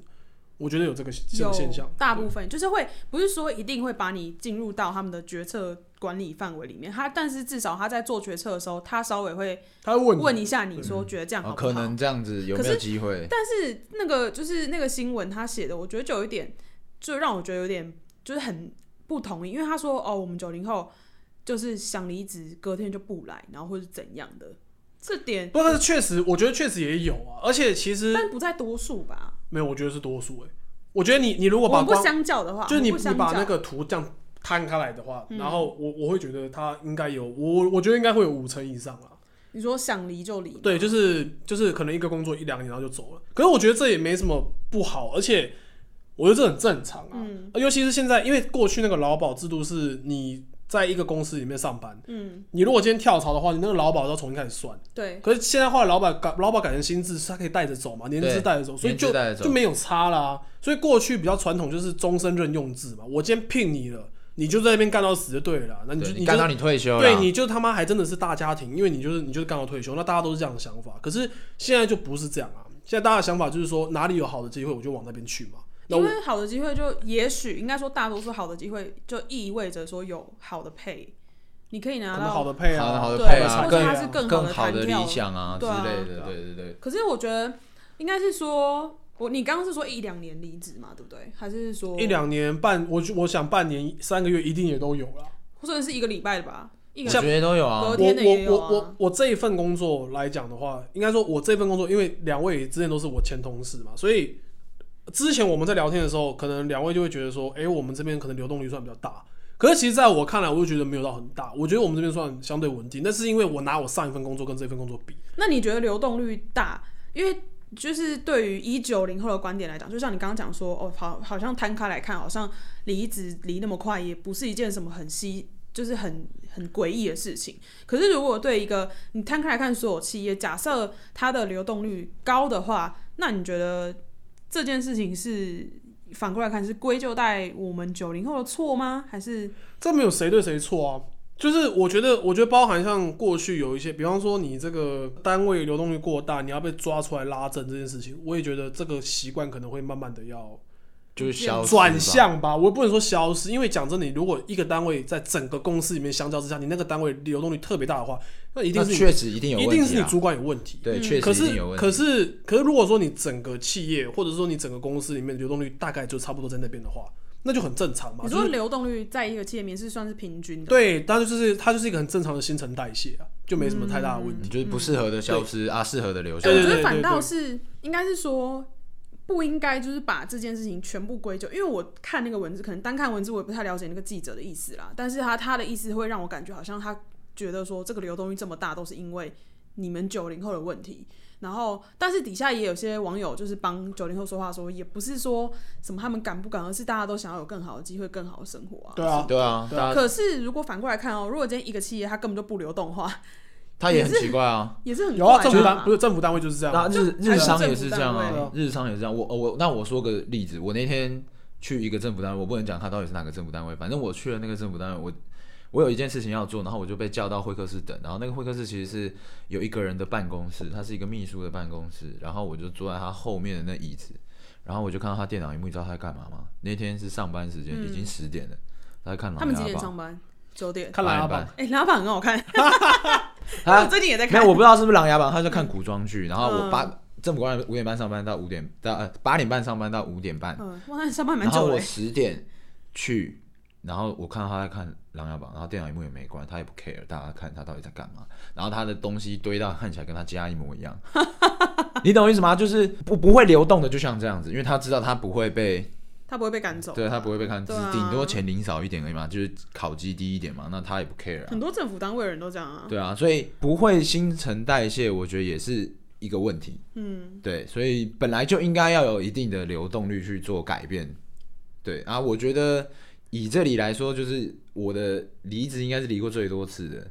S3: 我觉得有这个这
S1: 有
S3: 个现象，
S1: 大部分就是会，不是说一定会把你进入到他们的决策管理范围里面，他但是至少他在做决策的时候，他稍微会
S3: 他会问
S1: 问
S3: 你
S1: 一下你说觉得这样好
S2: 哦，
S1: 不好？
S2: 可能这样子有
S1: 可
S2: 没有
S1: 是
S2: 机会？
S1: 但是那个就是那个新闻他写的，我觉得就有一点，就让我觉得有点就是很不同意，因为他说哦，我们九零后就是想离职，隔天就不来，然后或是怎样的，这点
S3: 不，但是确实，我觉得确实也有啊，而且其实
S1: 但不在多数吧。
S3: 没有，我觉得是多数哎、我觉得你你如
S1: 我
S3: 果把
S1: 们不
S3: 光
S1: 相较的话，
S3: 就是你
S1: 我们不相
S3: 你把
S1: 较嗯
S3: 那个图这样摊开来的话，然后我我会觉得它应该有我我觉得应该会有五成以上啊。
S1: 你说想离就离嘛，
S3: 对，就是就是可能一个工作一两年然后就走了，可是我觉得这也没什么不好，而且我觉得这很正常啊。
S1: 嗯
S3: 尤其是现在，因为过去那个劳保制度是你在一个公司里面上班，
S1: 嗯
S3: 你如果今天跳槽的话，你那个劳保要重新开始算。
S1: 对，
S3: 可是现在后来老板改劳保改成薪资，是他可以带着走嘛，年资
S2: 对
S3: 带着走，所以
S2: 年资
S3: 就
S2: 带着走
S3: 就没有差啦、所以过去比较传统就是终身任用制嘛，我今天聘你了，你就在那边干到死就对了啦，那你就
S2: 对，你
S3: 就
S2: 干到你退休了，
S3: 对，你就他妈还真的是大家庭，因为你就是你就是干到退休，那大家都是这样的想法。可是现在就不是这样啊，现在大家的想法就是说哪里有好的机会我就往那边去嘛。那
S1: 因
S3: 我
S1: 为好的机会就也许应该说大多数好的机会就意味着说有好的配，你可以
S3: 可
S1: 拿
S3: 能
S1: 到
S3: 好的配啊，
S2: 好的好的
S1: 对
S2: 配
S1: 或
S2: 啊，
S1: 者
S2: 更
S1: 它是更好
S2: 更
S1: 的
S2: 好的
S1: 弹
S2: 理
S1: 跳
S2: 想啊之
S1: 对啊
S2: 类的，
S3: 对啊
S2: 对对对。
S1: 可是我觉得应该是说，我你刚刚是说一两年离职嘛，对不对？还是说
S3: 一两年半，我就我想半年三个月一定也都有啦。
S1: 或者是一个礼拜的吧？一
S2: 我
S1: 个
S2: 觉得都有啊
S1: 隔。
S3: 我
S1: 天的也
S3: 我
S1: 有
S3: 我我
S1: 啊。
S3: 我这一份工作来讲的话，应该说我这份工作，因为两位之前都是我前同事嘛，所以之前我们在聊天的时候，可能两位就会觉得说，哎、我们这边可能流动率算比较大。可是其实在我看来，我就觉得没有到很大，我觉得我们这边算相对稳定。但是因为我拿我上一份工作跟这份工作比，
S1: 那你觉得流动率大？因为就是对于一九零后的观点来讲，就像你刚刚讲说，哦，好，好像摊开来看，好像离职离那么快，也不是一件什么很稀，就是很很诡异的事情。可是如果对一个你摊开来看所有企业，假设它的流动率高的话，那你觉得这件事情是反过来看是归咎在我们九零后的错吗？还是
S3: 这没有谁对谁错啊。就是我觉得，我觉得包含像过去有一些，比方说你这个单位流动率过大，你要被抓出来拉正这件事情，我也觉得这个习惯可能会慢慢的要
S2: 就是消失吧
S3: 转，向吧，我也不能说消失，因为讲真的，你如果一个单位在整个公司里面相较之下，你那个单位流动率特别大的话，那一定
S2: 那
S3: 是你
S2: 确实一定有
S3: 一
S2: 问题啊，
S3: 定是你主管有问题。
S2: 对，
S1: 嗯
S2: 确
S3: 可
S2: 实一
S3: 是
S2: 定有问题。
S3: 可是可是，如果说你整个企业或者说你整个公司里面流动率大概就差不多在那边的话，那就很正常嘛。
S1: 你
S3: 哦就
S1: 说
S3: 是
S1: 流动率在一个企业里面是算是平均的？
S3: 对，当然就是它就是一个很正常的新陈代谢啊，就没什么太大的问题。
S2: 你就是不适合的消失啊，适合的留下
S1: 哎，
S3: 对
S1: 我
S2: 来
S1: 觉。得
S3: 对
S1: 反倒是应该是说，不应该就是把这件事情全部归咎，因为我看那个文字，可能单看文字我也不太了解那个记者的意思啦，但是他他的意思会让我感觉好像他觉得说这个流动率这么大都是因为你们九零后的问题。然后，但是底下也有些网友就是帮九零后说话说也不是说什么他们敢不敢，而是大家都想要有更好的机会、更好的生活啊。
S3: 对啊，
S2: 对啊，
S3: 对
S2: 大家
S1: 可是如果反过来看哦，如果今天一个企业它根本就不流动化，
S2: 他也很奇怪啊。
S1: 也是很
S3: 有啊，
S1: 怪
S3: 政府
S1: 嘛
S3: 单不是政府单位就是这样啊。
S2: 那日
S1: 还
S2: 日
S1: 有
S2: 商
S1: 政
S2: 也
S1: 府
S2: 是
S1: 单
S2: 这样
S1: 位哦
S2: 啊
S3: 啊，
S2: 日商也是这样。我呃我那我说个例子，我那天去一个政府单位，我不能讲它到底是哪个政府单位，反正我去了那个政府单位，我我有一件事情要做，然后我就被叫到会客室等，然后那个会客室其实是有一个人的办公室，他是一个秘书的办公室，然后我就坐在他后面的那椅子，然后我就看到他电脑荧幕，你知道他在干嘛吗？那天是上班时间，已经十点了，他在看老
S1: 嗯他们几点
S2: 爸
S1: 上班？九点。
S3: 看来阿爸
S2: 八
S1: 哎、拉板很好看，
S2: 他 啊
S1: 我最近也在
S2: 没
S1: 看。
S2: 有，我不知道是不是《琅琊榜》，他就看古装剧，然后我
S1: 嗯
S2: 八、政府官员五点半上班到五点到呃八点半上班到五点半，
S1: 嗯，哇，那你上班蛮
S2: 然后
S1: 久的
S2: 我
S1: 欸。
S2: 十点去，然后我看到他在看《琅琊榜》，然后电脑荧幕也没关，他也不 care，大家看他到底在干嘛，然后他的东西堆到看起来跟他家一 模一样，你懂我意思吗？就是不不会流动的，就像这样子，因为他知道他不会被，
S1: 他不会被赶走。
S2: 对他不会被看，只
S1: 对
S2: 是
S1: 啊
S2: 顶多钱领少一点而已嘛，就是考绩低一点嘛，那他也不 care 啊
S1: 很。多政府单位的人都这样啊。
S2: 对啊，所以不会新陈代谢，我觉得也是一个问题。
S1: 嗯，
S2: 对，所以本来就应该要有一定的流动率去做改变。对啊，我觉得以这里来说，就是我的离职应该是离过最多次的。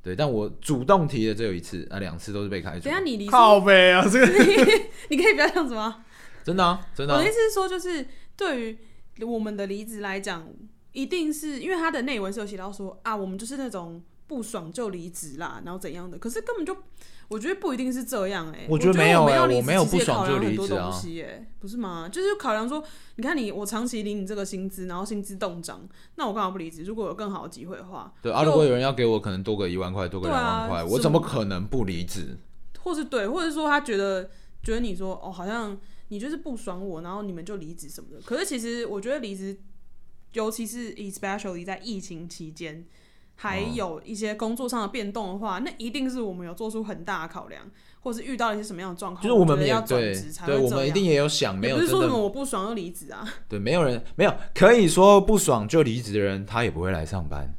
S2: 对，但我主动提的只有一次啊，两次都是被开除
S1: 等一。下你离职，
S3: 靠背啊，这个
S1: 你可以不要这样子吗？
S2: 真的啊，真的、
S1: 我
S2: 啊
S1: 的意。思是说，就是对于我们的离职来讲，一定是因为他的内文是有写到说啊，我们就是那种不爽就离职啦，然后怎样的。可是根本就，我觉得不一定是这样哎、欸。
S2: 我
S1: 我
S2: 觉得没有
S1: 有
S2: 欸
S1: 要
S2: 我
S1: 离职
S2: 没有
S1: 其实也
S2: 不爽
S1: 考量
S2: 就
S1: 很多
S2: 离职啊
S1: 东西哎、不是吗？就是考量说，你看你我长期领你这个薪资，然后薪资动涨，那我干嘛不离职？如果有更好的机会的话，
S2: 对啊，如果有人要给我可能多个一万块，多个
S1: 对
S2: 两
S1: 啊
S2: 万块，我
S1: 是
S2: 怎么可能不离职？
S1: 或是对，或者说他觉得觉得你说哦，好像你就是不爽我，然后你们就离职什么的。可是其实我觉得离职，尤其是 especially 在疫情期间，还
S2: 哦
S1: 有一些工作上的变动的话，那一定是我们有做出很大的考量，或是遇到一些什么样的状况，
S2: 就是我们
S1: 觉得
S2: 也
S1: 要转
S2: 对
S1: 职才会
S2: 对，
S1: 这样。
S2: 我们一定也有想，没
S1: 也
S2: 有
S1: 不是
S2: 真
S1: 说什么
S2: 的
S1: 我不爽就离职啊，
S2: 对，没有人没有可以说不爽就离职的人，他也不会来上班。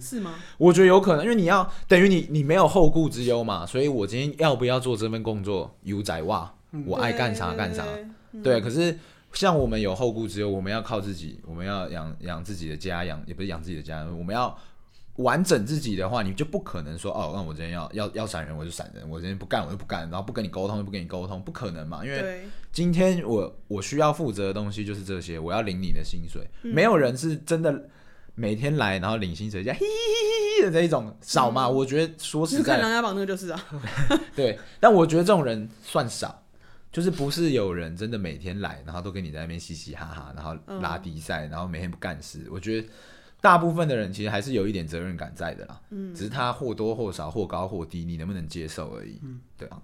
S1: 是吗？
S2: 我觉得有可能，因为你要等于你你没有后顾之忧嘛，所以我今天要不要做这份工作，有仔哇，我爱干啥干啥。
S1: 对
S2: 对，可是像我们有后顾之忧，我们要靠自己，我们要养养自己的家，养也不是养自己的家，我们要完整自己的话，你就不可能说哦，那我今天要要要闪人我就闪人，我今天不干我就不干，然后不跟你沟通就不跟你沟通，不可能嘛，因为
S1: 对，
S2: 今天我我需要负责的东西就是这些，我要领你的薪水，没有人是真的每天来然后领薪水加嘿嘿嘿嘿的这一种少嘛？我觉得说
S1: 就
S2: 实
S1: 看《
S2: 在
S1: 琅琊榜》那个就是啊，
S2: 对，但我觉得这种人算少，就是不是有人真的每天来，然后都跟你在那边嘻嘻哈哈，然后拉低赛，然后每天不干事。我觉得大部分的人其实还是有一点责任感在的啦，嗯，只是他或多或少、或高或低，你能不能接受而已，
S3: 嗯
S2: 对啊。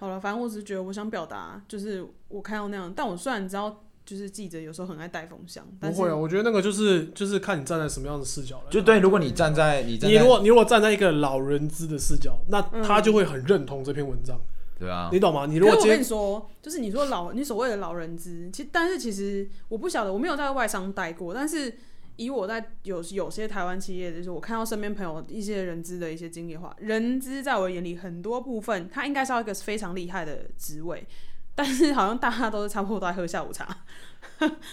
S1: 好了，反正我只是觉得我想表达，就是我看到那样，但我虽然知道就是记者有时候很爱带风向，但
S3: 不
S1: 是
S3: 会啊，我觉得那个就是就是看你站在什么样的视角来。
S2: 就对，如果你站在你站
S3: 你
S2: 在
S3: 如果你如果站在一个老人资的视角，那
S1: 嗯
S3: 他就会很认同这篇文章，
S2: 对啊，
S3: 你懂吗？你如
S1: 可是我
S3: 果今
S1: 跟
S3: 天
S1: 你说，就是你说老，你所谓的老人资，其实但是其实我不晓得，我没有在外商待过，但是以我在有有些台湾企业，就是我看到身边朋友一些人资的一些经历的话，人资在我眼里很多部分，他应该是要一个非常厉害的职位，但是好像大家都是差不多都在喝下午茶，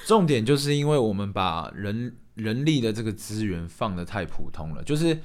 S2: 重点就是因为我们把人人力的这个资源放的太普通了，就是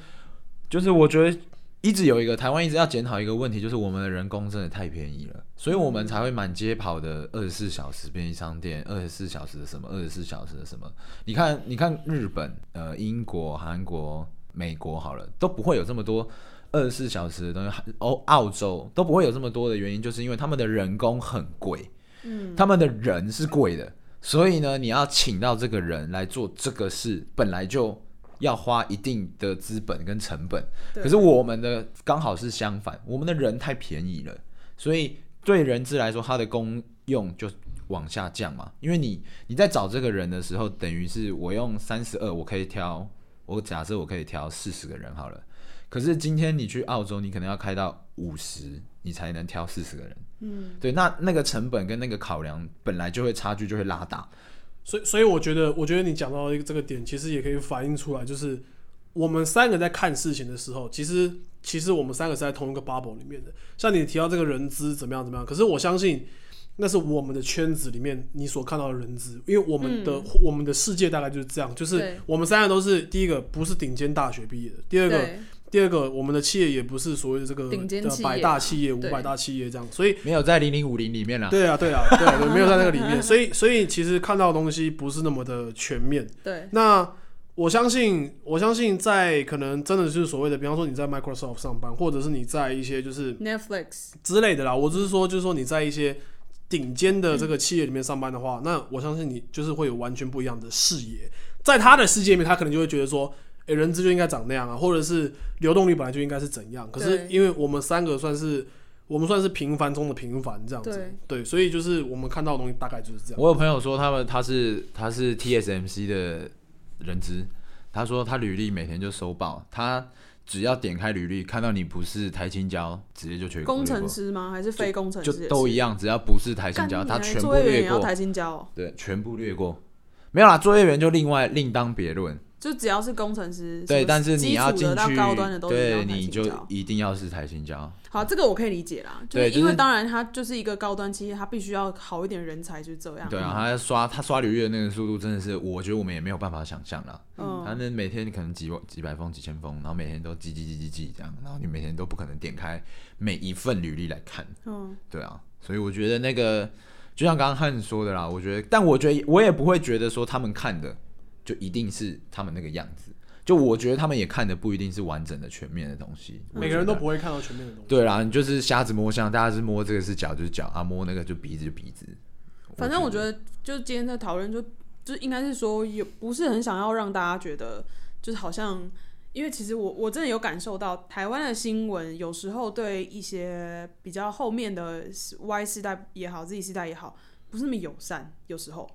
S2: 就是我觉得一直有一个台湾一直要检讨一个问题，就是我们的人工真的太便宜了，所以我们才会满街跑的二十四小时便利商店，二十四小时的什么，二十四小时的什么。你看你看日本、呃英国、韩国、美国好了，都不会有这么多。二十四小时的东西，欧澳洲都不会有这么多的原因，就是因为他们的人工很贵，嗯，他们的人是贵的，所以呢，你要请到这个人来做这个事，本来就要花一定的资本跟成本。
S1: 对
S2: 可是我们的刚好是相反，我们的人太便宜了，所以对人资来说，它的功用就往下降嘛。因为你你在找这个人的时候，等于是我用三十二，我可以挑，我假设我可以挑四十个人好了。可是今天你去澳洲，你可能要开到五十，你才能挑四十个人。嗯，对，那那个成本跟那个考量本来就会差距就会拉大。
S3: 所以所以我觉得，我觉得你讲到一个这个点，其实也可以反映出来，就是我们三个在看事情的时候，其实其实我们三个是在同一个 bubble 里面的。像你提到这个人资怎么样怎么样，可是我相信那是我们的圈子里面你所看到的人资，因为我们的、我们的世界大概就是这样，就
S1: 嗯
S3: 是
S1: 对
S3: 我们三个都是第一个不是顶尖大学毕业的，第二个
S1: 对，
S3: 第二个我们的企业也不是所谓的这个
S1: 顶尖
S3: 呃
S1: 企业啊
S3: 百大企业、五
S1: 对
S3: 百大企业这样，所以
S2: 没有在零零五零里面啦。
S3: 对啊，对啊，对啊，对，没有在那个里 面，所以所以其实看到的东西不是那么的全面。
S1: 对，
S3: 那我相信，我相信在可能真的就是所谓的，比方说你在 Microsoft 上班，或者是你在一些就是
S1: Netflix
S3: 之类的啦。我只是说，就是说你在一些顶尖的
S1: 嗯
S3: 这个企业里面上班的话，那我相信你就是会有完全不一样的视野。在他的世界里面，他可能就会觉得说，诶、人资就应该长那样啊，或者是流动率本来就应该是怎样。可是
S1: 对
S3: 因为我们三个算是我们算是平凡中的平凡这样子，对所以就是我们看到的东西大概就是这样。
S2: 我有朋友说他们他是他是 TSMC 的人资，他说他履历每天就收报，他只要点开履历看到你不是台青交，直接就全
S1: 工程师吗？还是非工程
S2: 就
S1: 师也是？
S2: 都一样，只要不是台青
S1: 干
S2: 交，
S1: 你
S2: 他
S1: 还
S2: 全部
S1: 作业员也
S2: 略
S1: 要
S2: 过，
S1: 台青交哦，
S2: 对，全部略过。没有啦，作业员就另外另当别论。
S1: 就只要是工程师，
S2: 对，
S1: 什么
S2: 但是你
S1: 基础
S2: 要
S1: 的
S2: 进
S1: 到
S2: 去
S1: 高端的，都是要
S2: 对，
S1: 台
S2: 你
S1: 青
S2: 就
S1: 交
S2: 一定要是台青交。
S1: 好，这个我可以理解啦，就
S2: 对
S1: 是
S2: 就是
S1: 因为当然它就是一个高端企业，它必须要好一点人才，就是这样。
S2: 对啊，他刷他刷履历的那个速度真的是，我觉得我们也没有办法想象啦。
S1: 嗯，
S2: 他那每天可能几万几百封、几千封，然后每天都记记记记记这样，然后你每天都不可能点开每一份履历来看，
S1: 嗯，
S2: 对啊，所以我觉得那个就像刚刚汉说的啦，我觉得，但我觉得我也不会觉得说他们看的就一定是他们那个样子，就我觉得他们也看的不一定是完整的、全面的东西，
S3: 每个人都
S2: 我觉得
S3: 不会看到全面的东西。
S2: 对啦，你就是瞎子摸象，大家是摸这个是脚就是脚啊，摸那个就鼻子就鼻子，
S1: 反正我觉得就是今天在讨论，就就应该是说也不是很想要让大家觉得就是好像，因为其实我我真的有感受到台湾的新闻有时候对一些比较后面的 Y 世代也好，Z 世代也好，不是那么友善，有时候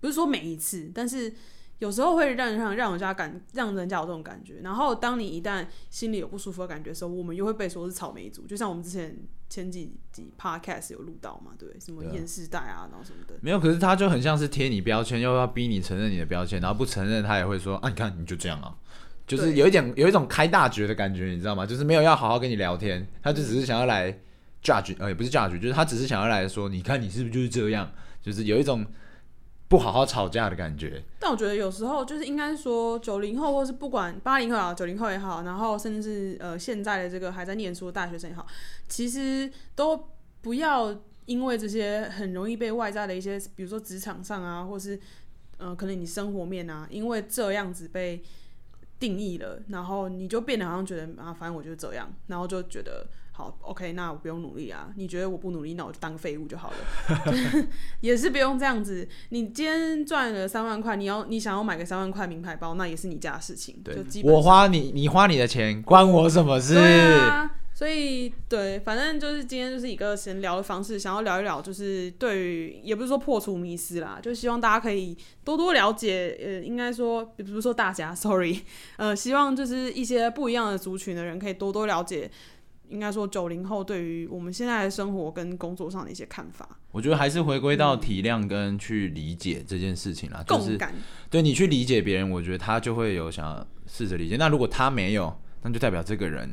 S1: 不是说每一次，但是。有时候会让让让人家感让人家有这种感觉，然后当你一旦心里有不舒服的感觉的时候，我们又会被说是草莓族，就像我们之前前几集 podcast 有录到嘛，对，什么
S2: 对啊
S1: 厌世代啊，然后什么的，
S2: 没有，可是他就很像是贴你标签，又要逼你承认你的标签，然后不承认他也会说啊，你看你就这样啊，就是
S1: 对
S2: 有一点有一种开大绝的感觉，你知道吗？就是没有要好好跟你聊天，他就只是想要来 judge，呃，也不是 judge，就是他只是想要来说，你看你是不是就是这样，就是有一种不好好吵架的感觉。
S1: 但我觉得有时候就是应该说九零后，或是不管八零后也好，九零后也好，然后甚至是呃现在的这个还在念书的大学生也好，其实都不要因为这些很容易被外在的一些，比如说职场上啊，或是呃可能你生活面啊，因为这样子被定义了，然后你就变得好像觉得啊，反正我就是这样，然后就觉得。好，OK，那我不用努力啊。你觉得我不努力，那我就当个废物就好了。 也是不用这样子。你今天赚了三万块，你要你想要买个三万块名牌包，那也是你家的事情。
S2: 对
S1: 就基，本
S2: 我
S1: 上
S2: 花你，你花你的钱，关我什么事？
S1: 对啊，所以对，反正就是今天就是一个闲聊的方式，想要聊一聊，就是对于也不是说破除迷思啦，就希望大家可以多多了解，呃，应该说也不是说大家，sorry，呃，希望就是一些不一样的族群的人可以多多了解，应该说九零后对于我们现在的生活跟工作上的一些看法、
S2: 我觉得还是回归到体谅跟去理解这件事情啦，啊就
S1: 共
S2: 是
S1: 感，
S2: 对你去理解别人，我觉得他就会有想要试着理解。那如果他没有，那就代表这个人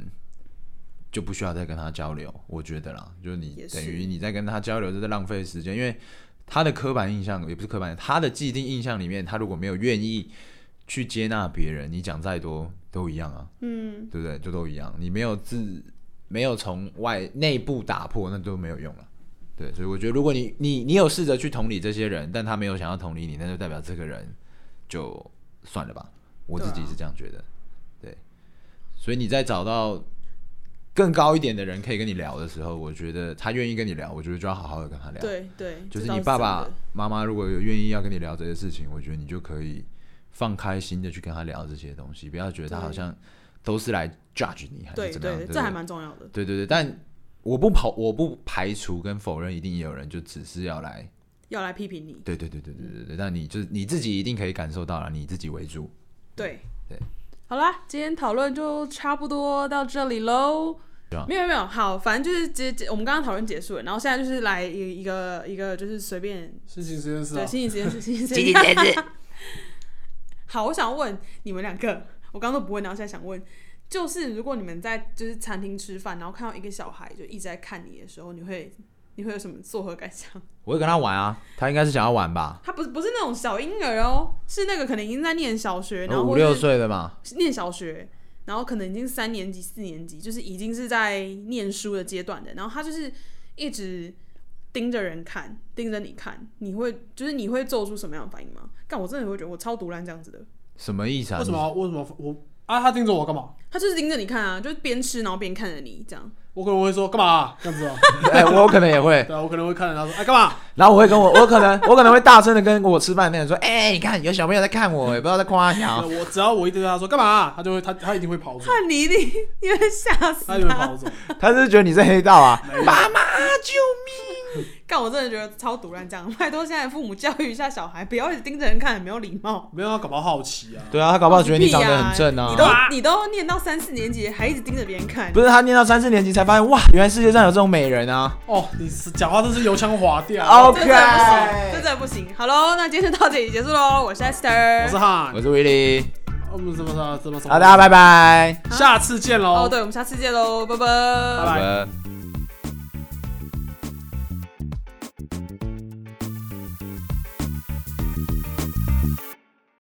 S2: 就不需要再跟他交流，我觉得啦，就是你
S1: 也是
S2: 等于你在跟他交流，就在浪费时间，因为他的刻板印象也不是刻板，他的既定印象里面，他如果没有愿意去接纳别人，你讲再多都一样啊，嗯，对不对？就都一样，你没有自没有从外内部打破，那都没有用了。对，所以我觉得，如果你你你有试着去同理这些人，但他没有想要同理你，那就代表这个人就算了吧，我自己是这样觉得。对，所以你在找到更高一点的人可以跟你聊的时候，我觉得他愿意跟你聊，我觉得就要好好的跟他聊。，
S1: 对对，
S2: 啊就是
S1: 这倒
S2: 你爸
S1: 真
S2: 爸
S1: 的
S2: 妈妈如果有愿意要跟你聊这些事情，我觉得你就可以放开心的去跟他聊这些东西，不要觉得他
S1: 对
S2: 好像都是来 judge 你还
S1: 对
S2: 是怎么样。
S1: 对，
S2: 不
S1: 这还蛮重要的，
S2: 对对对，但我不跑，我不排除跟否认，一定也有人就只是要来
S1: 要来批评你，
S2: 对对对对对对对，那你就是你自己一定可以感受到了，你自己为主。
S1: 对
S2: 对，
S1: 好啦，今天讨论就差不多到这里喽
S2: 对啊。
S1: 没有没有，好，反正就是结结，我们刚刚讨论结束了，然后现在就是来一一个一个就是随便
S3: 事情实验室
S1: 对
S3: 啊，
S1: 心理实验室，心 理实验室。 好，我想问你们两个，我刚刚都不问，然后现在想问，就是如果你们在就是餐厅吃饭，然后看到一个小孩就一直在看你的时候，你会你会有什么作何感想？
S2: 我会跟他玩啊，他应该是想要玩吧，
S1: 他不是不是那种小婴儿哦，是那个可能已经在念小学，然后
S2: 哦五
S1: 或是
S2: 六岁的嘛，
S1: 念小学，然后可能已经三年级、四年级，就是已经是在念书的阶段的。然后他就是一直盯着人看，盯着你看，你会就是你会做出什么样的反应吗？但我真的会觉得我超毒烂这样子的。
S2: 什么意思啊？
S3: 为什么要为什么我啊？他盯着我干嘛？
S1: 他就是盯着你看啊，就是边吃然后边看着你这样。
S3: 我可能会说干嘛啊这样子 啊？
S2: 你？ 哎、我可能也会，
S3: 对啊，我可能会看着他说哎干嘛？
S2: 然后我会跟我，我可能我 可能会大声的跟我吃饭的那人说，哎、你看有小朋友在看我，也不知道在夸
S3: 对啊
S2: 小。
S3: 我只要我一对他说干嘛啊，他就会他他一定会跑走，
S1: 看你一定你会吓死
S3: 他一定会
S1: 他
S3: 跑。走。
S2: 他是觉得你是黑道啊？
S3: 妈妈，
S1: 但我真的觉得超毒烂这样。拜托现在父母教育一下小孩，不要一直盯着人看，很没有礼貌。
S3: 没有他搞不好好奇啊。
S2: 对啊，他搞不好觉得你长得很正啊
S1: 你。都你都念到三四年级，还一直盯着别人看，
S2: 不是他念到三四年级才发现，哇，原来世界上有这种美人啊！
S3: 哦，你是讲话真是油腔滑调。
S2: OK
S1: 这真的不行，这真的不行。好喽，那今天就到这里结束喽。我是 Esther，
S3: 我是汉哦
S2: 我，是 Willy，
S3: 我们怎么怎么怎么怎么？
S2: 好，大家拜拜，
S1: 哦
S3: 下次见喽。
S1: 哦，对，我们下次见喽，拜拜
S3: 拜
S2: 拜。